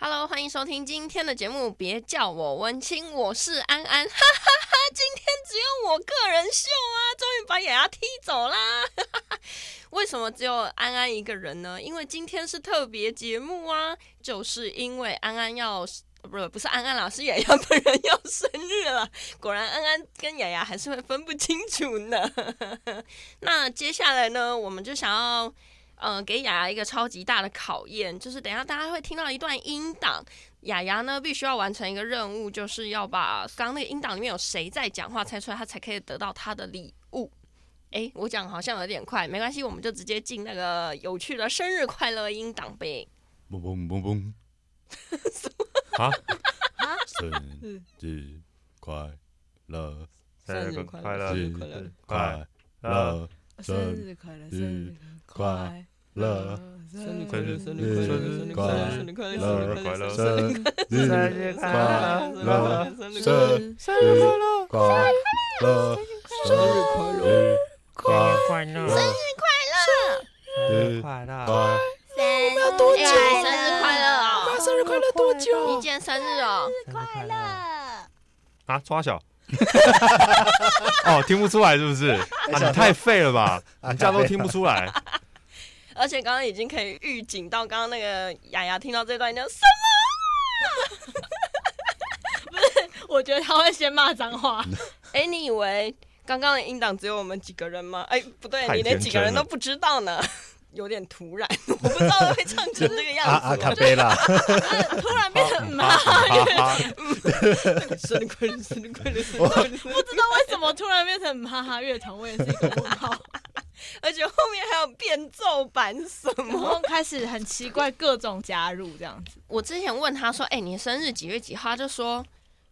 欢迎收听今天的节目。别叫我文青，我是安安， 哈哈哈今天只有我个人秀啊，终于把雅雅踢走啦！ 为什么只有安安一个人呢？因为今天是特别节目啊，就是因为安安要。不是不是安安老师雅雅本人要生日了，果然安安跟雅雅还是会分不清楚呢。 那接下来呢，我们就想要呃给雅雅一个超级大的考验，就是等一下大家会听到一段音档，雅雅呢必须要完成一个任务，就是要把刚刚那个音档里面有谁在讲话猜出来，她才可以得到她的礼物。诶，我讲好像有点快，没关系，我们就直接进那个有趣的生日快乐音档呗。嘣嘣嘣嘣！啊生日快乐，生日快乐生生日日快乐快乐，生日快乐，生日快乐，生日生快乐生日日快快乐，乐生生日日快快乐，乐生生日日快快乐，乐生生日日快快乐，乐生日日快乐生日生日快乐，生日快乐，生生日快乐，生日快乐，快快乐，日快乐，快我们要啊哎呀生日快乐哦！生日快乐多久一？见生日哦，快快！乐！啊，抓小。哦，听不出来是不是？啊，你太废了吧！啊你这样都听不出来。而且刚刚已经可以预警到，刚刚那个雅雅听到这段就什我觉得他会先骂脏话，么？哎，你以为刚刚的音档只有我们几个人吗？哎，不对，太你连几个人天真了都不知道呢， 有点突然，我不知道会唱成这个样啊啊子。卡贝拉，突然变成骂，哈哈，生日快乐，生日快乐，生我日快乐！不知道为什么突然变成哈哈乐团，我也是一个问号。而且后面还有变奏版什然么？后开始很奇怪，各种加入这样子，我之前问他说：“哎、你生日几月几号？”他就说：“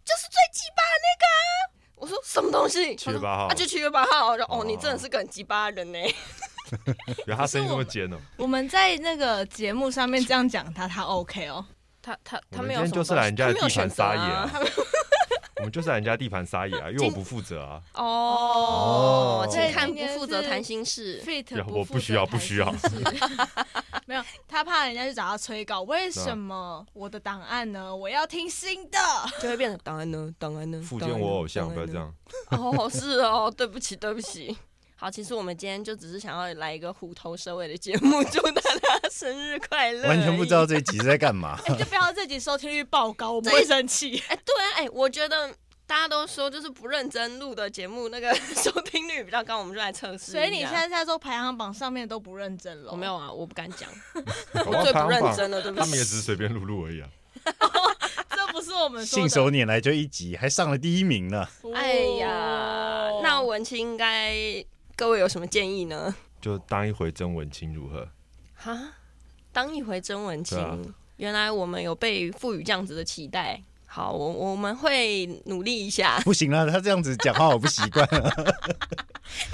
就是最鸡巴的那个啊、我说：“什么东西？”七他月说八号啊，就七月八号。我说：“哦，哦你真的是个很鸡巴的人呢、原来他声音这么尖哦。我们在那个节目上面这样讲他，他 OK 哦。他他我他们没今有什天么就是来人家的他没有地盘选择撒野啊啊， 我们就是来人家地盘撒野啊，因为我不负责啊。哦哦，请看不负责谈心事。 fit 然后我不需要不需要负责谈心事 没有，他怕人家去找他催稿。为什么我的档案呢？我要听新的。就会变成档案呢，档案呢，附档件案呢我偶像，不要这。样。档案呢 哦，是哦，对不起，对不起。好，其实我们今天就只是想要来一个虎头蛇尾的节目，祝大家生日快乐。完全不知道。这一集是在干嘛。 哎，就不要这集收听率爆高，我们会生气。 哎，对啊，哎，我觉得大家都说就是不认真录的节目，那个收听率比较高，我们就来测试一下。所以你现在哦在说排行榜上面都不认真了？我没有啊，我不敢讲，搞不我好最排不行认榜真了，对不他们也起。只是随便录录而已啊。 这不是我们说信的。哦手拈来就一集，还上了第一名呢。哎呀，那文青应该各位有什么建议呢？就当一回真文青如何？哈，当一回真文青，对啊原来我们有被赋予这样子的期待。好，我我们会努力一下。 不行了，他这样子讲话我不习惯了。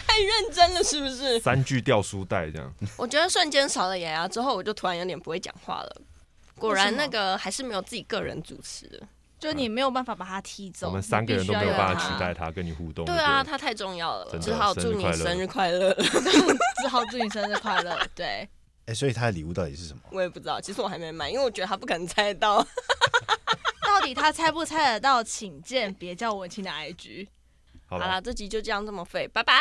太认真了，是不是？三句掉书袋这样。 我觉得瞬间少了雅雅之后，我就突然有点不会讲话了。果然，为什那么个还是没有自己个人主持的。就你没有办法把他踢走，我们三个人都没有办法取 代他，跟你互动。对啊，他太重要了，真的只好祝你生生日快乐 了。只好祝你生日快乐。对，哎，所以他的礼物到底是什么？我也不知道，其实我还没买，因为我觉得他不可能猜到。到底他猜不猜得到？请见别叫文青的 IG。好好吧啦，，这集就这样这么废，拜拜。